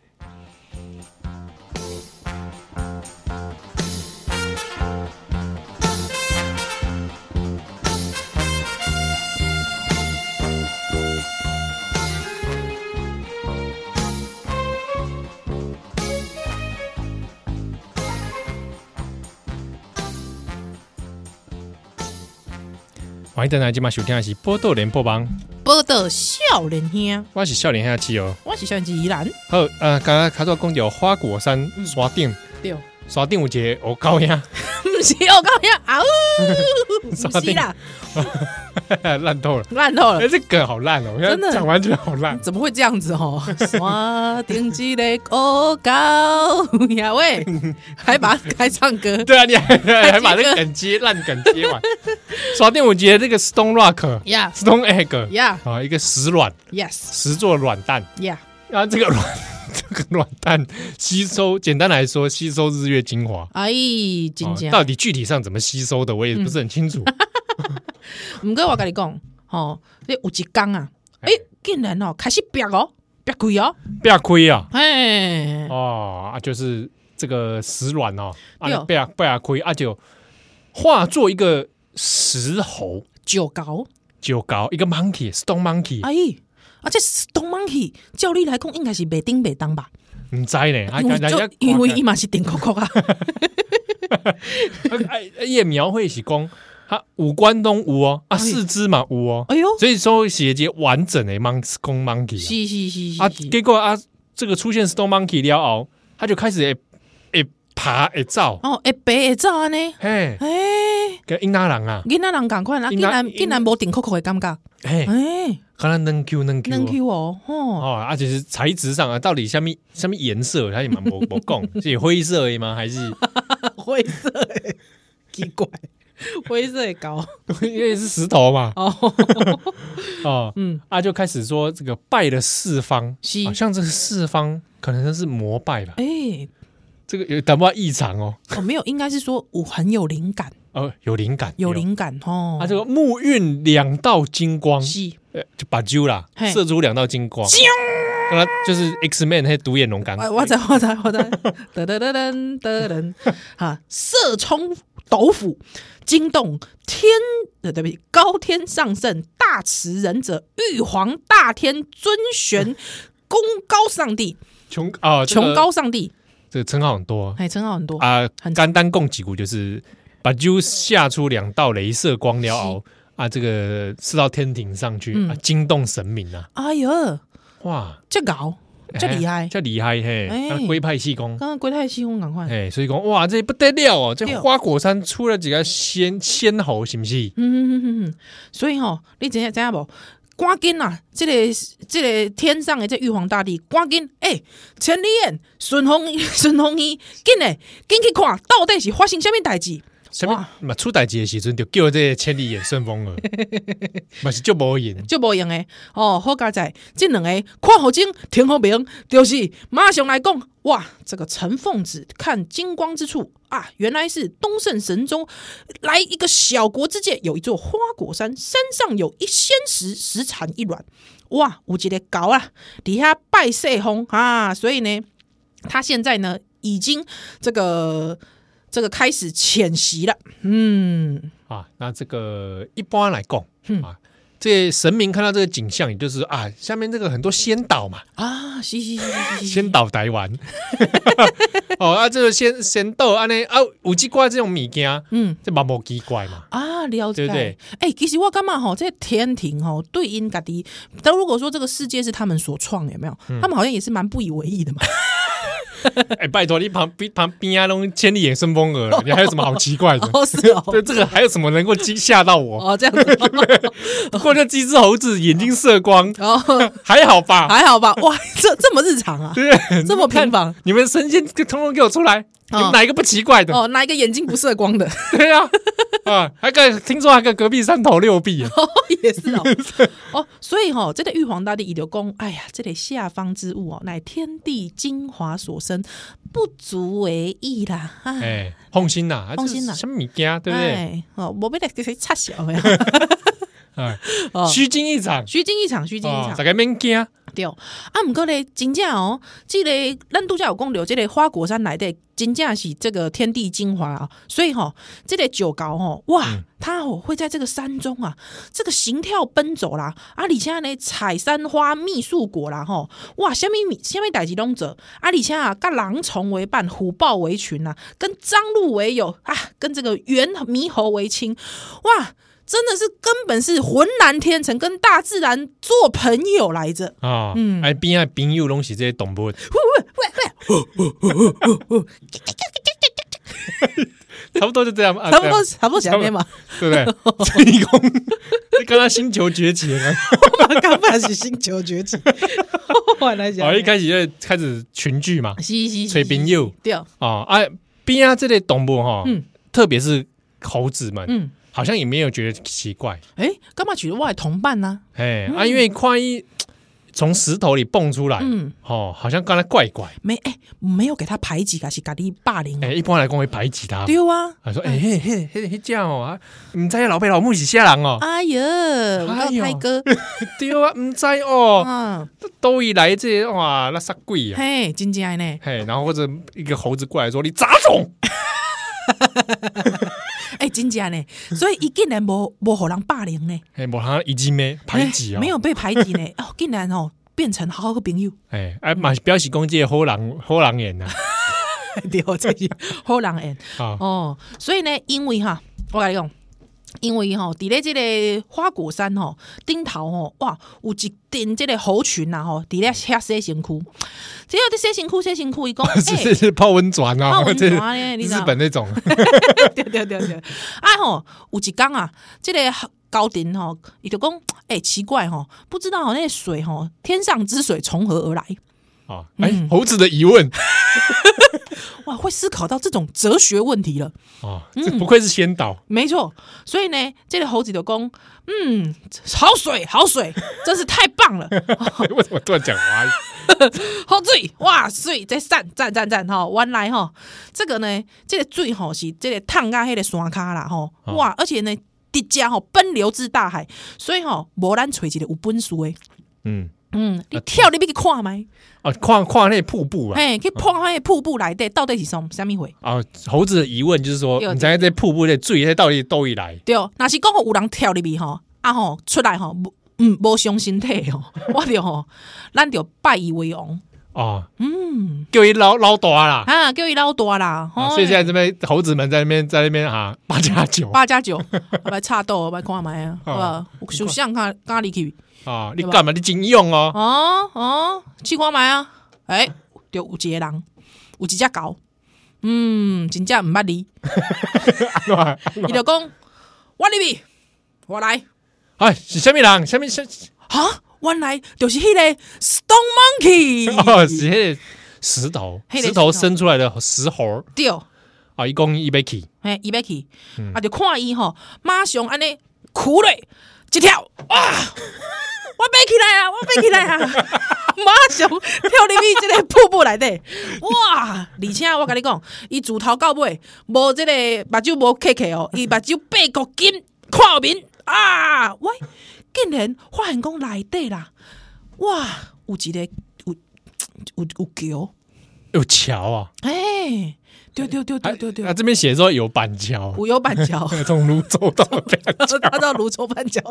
欢迎回来，今晚收听的是《波多连播帮》，
报道少年兄，
我是笑脸下期哦。
我是相机依兰，
好，
嗯
呃，刚刚卡到讲到花果山山顶，
对，
山顶有一个哦高呀，
不不是哦，我刚刚啊 呜，不是啦，
烂透了。
烂透了
哎，。这梗好烂哦！我现
真
在
的
讲完觉得好烂。
怎么会这样子 哦？山顶一个高高呀 喂，还把还唱 歌，
对啊，你还还把
还
这
接
个
歌
梗接烂梗接完。耍电，我觉得这个 Stone Rock、
呀
Stone Egg
呀
啊，一个石卵，
，yes
石做卵蛋。
呀，
然后这个卵， 这个卵蛋吸收，简单来说，吸收日月精华。
哎，真
哦
正，
到底具体上怎么吸收的，我也不是很清 楚。
毋过我甲你讲，吼、你有一天啊，诶、竟然哦开始逼哦，逼贵哦，
不要亏啊！
嘿，
哦，啊，就是这个石卵哦，啊
对哦，
不要不要亏，啊就化作一个石猴，
九高，
就搞一个 monkey，stone monkey，
哎，啊这 Stone Monkey，照理来讲应该是袂顶袂当吧，
唔知呢，啊，
因为
人家
就因为伊嘛是顶扣扣啊，
也描绘是讲，它五官都有哦，啊，
哎
四肢嘛有哦，
哎哟，
所以说是一个完整的 mon 公 monkey
是是是是
啊啊，
是
结果啊，这个出现 stone monkey 了后，它就开始会会爬会走，
哦，会白会走安尼，
嘿，
哎、
跟英拉人啊，
囡仔人共款啊，
囡
竟
仔
然
囡
竟然无顶扣扣的感觉，
嘿，
哎，
可能能 Q 能 Q
能
哦
Q 哦，吼，
哦，啊，就是材质上啊，到底下面下面颜色，它也蛮不不 讲，是灰色而已吗？还是
灰色的，奇怪， 灰色的哦高
因为是石头嘛？
哦，
哦，
嗯，
啊，就开始说这个拜了四方，
是
好像这个四方可能是膜拜吧，
哎、
这个有感不到异常哦，
哦，没有，应该是说我很有灵感，
哦，有灵感，
有灵感 哦。
啊，这个木运两道金光，
是
呃，就把揪啦，
嘿
射出两道金光，跟他就是 X Man 那独眼龙感，
我我在我在我在，得得得 噔得噔，哈，射冲斗府，惊动天，呃，对不起，高天上圣大慈仁者，玉皇大天尊 玄，功高上帝，
穷啊，这个
崇，高上帝，
这个称号很多
哎，称号很多，
啊，
很
肝单共几股就是把揪下出两道镭射光了熬啊，这个射到天庭上去
嗯
啊，惊动神明啊，
哎呦，
哇，哎
这搞这厉害，
这厉害嘿，
哎
那龟派气功。
刚刚国泰西风赶快，
哎，所以讲哇，这不得了哦！这
对
花果山出了几个仙仙猴，是不是？
嗯嗯嗯嗯，所以吼、你知影知影无？赶紧啊！这个这个天上的这玉皇大帝，赶紧诶，千里眼、顺风顺风医，紧嘞，紧去看到底是发生什么代志？
什么
哇
嘛出代志的时阵，就叫这个千里眼顺风 耳，嘛是就无用。
就无用诶！哦，好佳哉，这两个看好景，听好明，就是马上来讲哇！这个陈凤子看金光之处啊，原来是东胜神州来一个小国之界，有一座花果山，山上有一仙石，石产一卵。哇，有一个搞啊，底下拜世风啊，所以呢，他现在呢已经这个这个开始潜袭了，嗯，
啊，那这个一般来讲
嗯
啊，这神明看到这个景象，也就是啊，下面这个很多仙岛嘛，
啊，是是是是是是，
仙岛台湾。 哦啊，这个仙仙岛安尼啊，有奇怪这种物件，
嗯。
这嘛无奇怪嘛。
啊，了解。
对不对
哎、其实我干嘛吼，这天庭吼对因家己，但如果说这个世界是他们所创，有没有？
嗯
他们好像也是蛮不以为意 的嘛。
哎，拜托你旁边旁边啊，弄千里眼顺风耳，你还有什么好奇怪的？
哦，是哦，
对，这个还有什么能够惊吓到我？
哦，这样子，
不过这几只猴子眼睛射光，
哦，
还好吧？
还好吧？哇，这这么日常啊，
对不对，
这么平凡
你们神仙通通给我出来，你
哦
们哪一个不奇怪的？
哦，哪一个眼睛不射光的？
对呀、啊， 还个听说还个隔壁三头六臂啊，
哦，也是 哦，哦，所以吼、这个玉皇大帝伊就讲，哎呀，这个下方之物哦，乃天地精华所生，不足为意啦。哎
哎，放心呐、
放心
这
啦
是什么物件对不对？
哎，哦，我被来给谁插小呀？
哎，
哦，
虚惊一场，
虚惊一场，虚惊一
哦
场，。
大家免惊，
对，啊，毋过咧，真正哦，即、个咱拄则有讲到，即个花果山内底真正是这个天地精华啊，所以吼、即、个九高吼、哇，它哦会在这个山中啊，这个行跳奔走啦，啊，而且呢，采山花、蜜树果啦，吼、哇，虾米米虾米代志拢做，啊，而且啊，跟狼虫为伴，虎豹为群呐、啊，跟张鹿为友啊，跟这个猿猕猴为亲，哇。真的是根本是浑然天成，跟大自然做朋友来着。
啊，嗯，哎，边啊边有拢是这些动物，
喂喂喂喂！
差不多就这样吧，啊
差不
这
多
样
差不多前面嘛，
对不对？这一共，刚刚星球崛起了，
刚开始星球 崛起，我来讲
哦，，一开始就开始群聚嘛，
是是是
吹冰柚
对，
哦，啊，边啊这类动物哈，
嗯
特别是猴子们，
嗯，
好像也没有觉得奇怪，
诶，干嘛娶我的同伴呢？
哎、啊，因为快一从石头里蹦出来，
嗯，
哦，好像刚才怪怪，
没诶，没有给他排挤，还是咖喱霸凌
哎、，一般来讲会排挤他，
对啊，
他说，哎、嘿嘿嘿嘿这样哦，啊，唔知道老爸老母是啥人 哦，
哎呀，我
哎
告
呦
泰哥，
对啊，唔知道哦，
嗯，
都以来这哇那啥鬼啊，
嘿，真正的呢，
嘿，然后或者一个猴子过来说你杂种，
诶，真正呢，所以伊竟然无无互人霸凌呢，
哎，我好像已经没排挤
诶
哦，
没有被排挤呢， 哦，竟然哦变成好好的朋友，
哎，哎，马表示攻击好狼好啊狼眼呐，
对，这 是好人缘。
啊，
哦，所以呢，因为哈，我跟你讲，因为吼，伫咧即个花果山吼顶头吼，哇，有一阵即个猴群啊吼，伫咧遐洗身躯，只要伫洗身躯洗身躯，伊讲，
是
哎
是是泡温泉啊
泡，温
这
泉啊你知道
日本那种，
对对对对，啊吼，有一工啊，即个高顶吼，伊就讲，哎、奇怪吼，不知道吼那个水吼，天上之水从何而来？
啊，
嗯
哎，猴子的疑问
哇，会思考到这种哲学问题了。
啊，
嗯
这不愧是先 导，
没错，所以呢，这个猴子就讲，嗯，好水，好水， 真是太棒了，
为什么突然讲华语？
好水，哇，水在赞赞赞赞哈，原来哈，这个呢，这个水吼是这个烫啊，迄个山卡啦吼，
哦
哇，而且呢，直接吼奔流至大海，所以吼，无咱找一个有本事的，
嗯，
嗯，你跳你要去看麦，
啊，跨跨那瀑布啊，
嘿，去看迄个瀑布内底到底是什什么回？
啊，猴子的疑问就是说，
对
你在这瀑布内注意这到底都一来，
对，哦若是讲有人跳入去吼，啊吼出来吼，无嗯，无伤身体吼，我着吼，咱着拜伊为王。
啊，
嗯，哎
叫一捞捞大 啦，
啊，叫伊老大啦，
啊
吼
所以现在这边猴子们在那边在那边啊 八加九
八加九， 来插豆，来看麦啊，
哦
好吧？有想象看咖喱去，
啊，你干嘛？你真用哦，
哦哦，去看麦啊，诶，就有一个人，有一只狗，嗯，真正毋捌你，伊就讲，我入去，我来，
哎，是什么人？什么什？
哈，原来就是迄个 Stone
哦，
Monkey，
是那个石头，
嘿
石头生出来的石猴
对，
啊，一共一百起，
嘿，伊要去，啊，就看伊吼，马上安尼苦嘞，一跳，哇，我爬起来啊，我爬起来啊， 马上跳入去即个瀑布内底，哇！而且我甲你讲，伊自头到尾无即个目睭无开开哦，伊目睭八角金看后面啊，喂，竟然发现讲内底啦，哇，有一个有有有桥，
有桥啊，
哎、对对对对对对哦
啊，，这边写说有板桥，
有有板桥。
从泸州到板桥，
他到泸州板桥，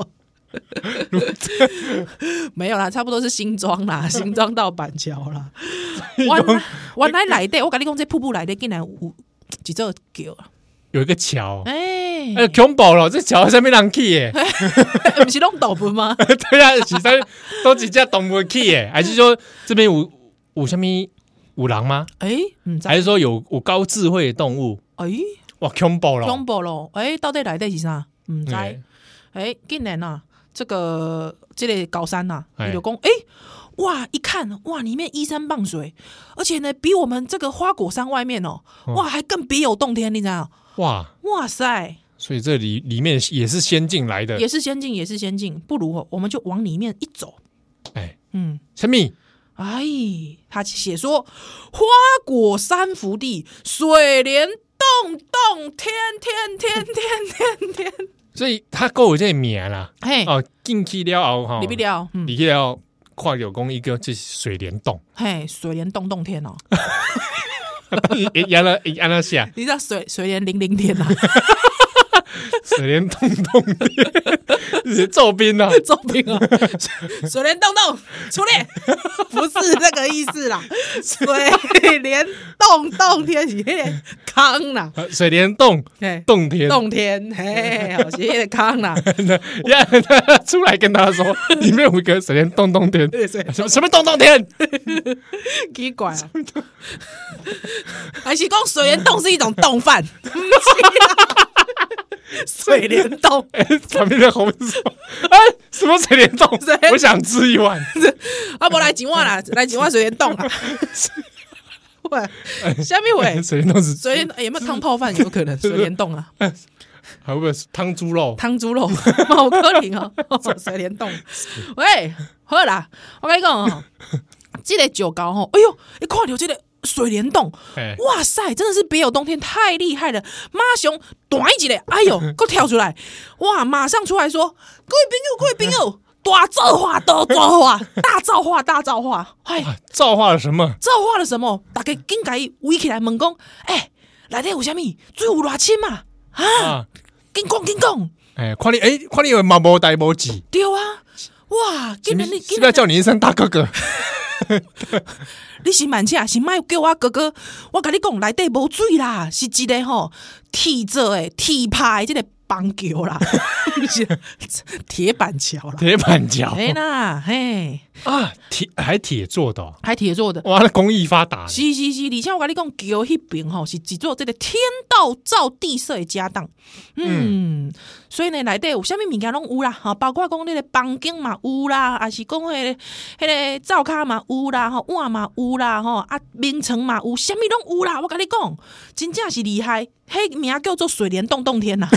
没有啦，差不多是新庄 啦，新庄到板桥啦。原来原来来的，我跟你讲，这瀑布来的竟然有几座桥啊！
有一个桥，
哎、
哎，恐怖了，这桥上面人去耶。
不是弄倒本 吗？
对啊，是在都几只动物去耶？还是说这边有有什么有人吗？
哎、唔知
还
哎
是说有有高智慧的动物？哇，恐怖了！
恐怖咯！哎、到底来的是啥？唔知哎
哦哎，
竟然啊，这个这个高山呐、啊，
哎
你就讲哎。哇！一看哇，里面依山傍水，而且呢，比我们这个花果山外面哦，哇，还更别有洞天，你知道？
哇，
哇塞，
所以这里里面也是先进来的
也。是先进，也是先进，不如哦我们就往里面一走。
哎，
嗯，
陈米
哎，他写说花果山福地，水帘洞洞天天天天天天，
所以他够有这个名啦。
嘿，
哦，进去了后哈，
你不了，嗯，
里去了跨有公一个这水帘洞，
嘿，水帘洞洞天哦，
一压了一压了下
你知道水水帘零零 天啊，
水帘洞洞 天，是揍兵啊！
周平啊，水水 帘洞洞出列，不是那个意思啦，水帘洞洞天 是迄个康啦，
呃水帘洞
嘿，
洞天，
洞天，嘿，是迄个康啦，
呀，出来跟 大家说，里面有一个水帘洞洞天，
对对，
什么什么洞洞天，
奇怪啊，还是讲水帘洞是一种洞饭，不是啦水帘洞，
哎， 旁边的猴子说，哎，什么水帘洞
水帘，洞
我想吃一 碗，
啊，无来一碗啦，来一碗水帘洞啦，喂，下面喂，
水帘洞是
水帘、欸有没有汤泡饭？有可能水帘洞啊，
还有个汤猪肉，
汤猪肉， 毛可能哦，水帘洞。 喂，好啦，我跟你讲哦，这个酒糕哦，哎呦，你看到这个水帘洞，
哎，
哇塞，真的是别有洞天，太厉害了！马熊短一嘞，哎呦，给我跳出来！哇，马上出来说，各位朋友，各位朋友，大造化，大造化，大造化，大造化！哎，
啊造化了什么？
造化了什么？大家紧甲伊围起来问讲，哎、欸，内底有啥物？水有偌深嘛？啊，
啊，
紧讲紧讲，
哎，快点，哎，快点，有毛毛呆毛鸡，
对啊！哇，
是
今
不
年
是
你
是
今
不是要
年
叫你一声大哥 哥？
你是慢车，是卖叫我哥哥，我甲你讲，内底无水啦，是一个吼铁做诶，铁牌即个棒球啦，不是铁板桥 啦，
铁板桥
嘿啦嘿，
啊，铁还铁做的哦，
还铁做的。
哇，那工艺发达呢，
是是是，而且我甲你讲，桥迄边吼是一座这个天道造地设的家当，嗯，所以呢，内底有啥物物件拢有啦，哈，包括讲迄个房间嘛有啦，啊是讲迄、个迄、个灶骹嘛有啦，吼碗嘛有啦，吼啊眠床嘛有，啥物拢有啦，我甲你讲，真正是厉害，迄名叫做水帘洞洞天呐、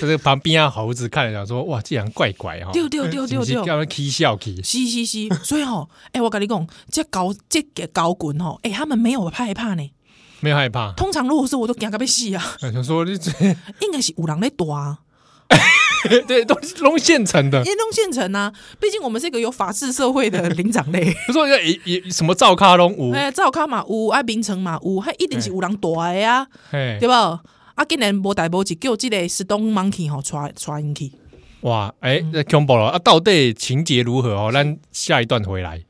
这个旁边啊猴子看了想说，哇，竟然怪哦怪哈，
对对对对对。
要人 k 笑 k
是是是，所以吼、哎、我甲你讲，这高这个高滚吼，哎、他们没有害怕呢。
没有害怕，
通常如果是我都惊到要死啊，
想说这
应该是有人在大、啊。
对都是弄现成 的，
因东县城啊，毕竟我们是一个有法治社会的灵长类。
不说哎也也什么造咖龙舞，
哎，赵卡嘛有，啊，明城嘛有，还一定是有人大的啊，
哎
对，吧？啊，竟然无代无志，叫即个石东 monkey 吼，带带因去。
哇，哎，那 combo 了啊，到底情节如何哦？咱下一段回来。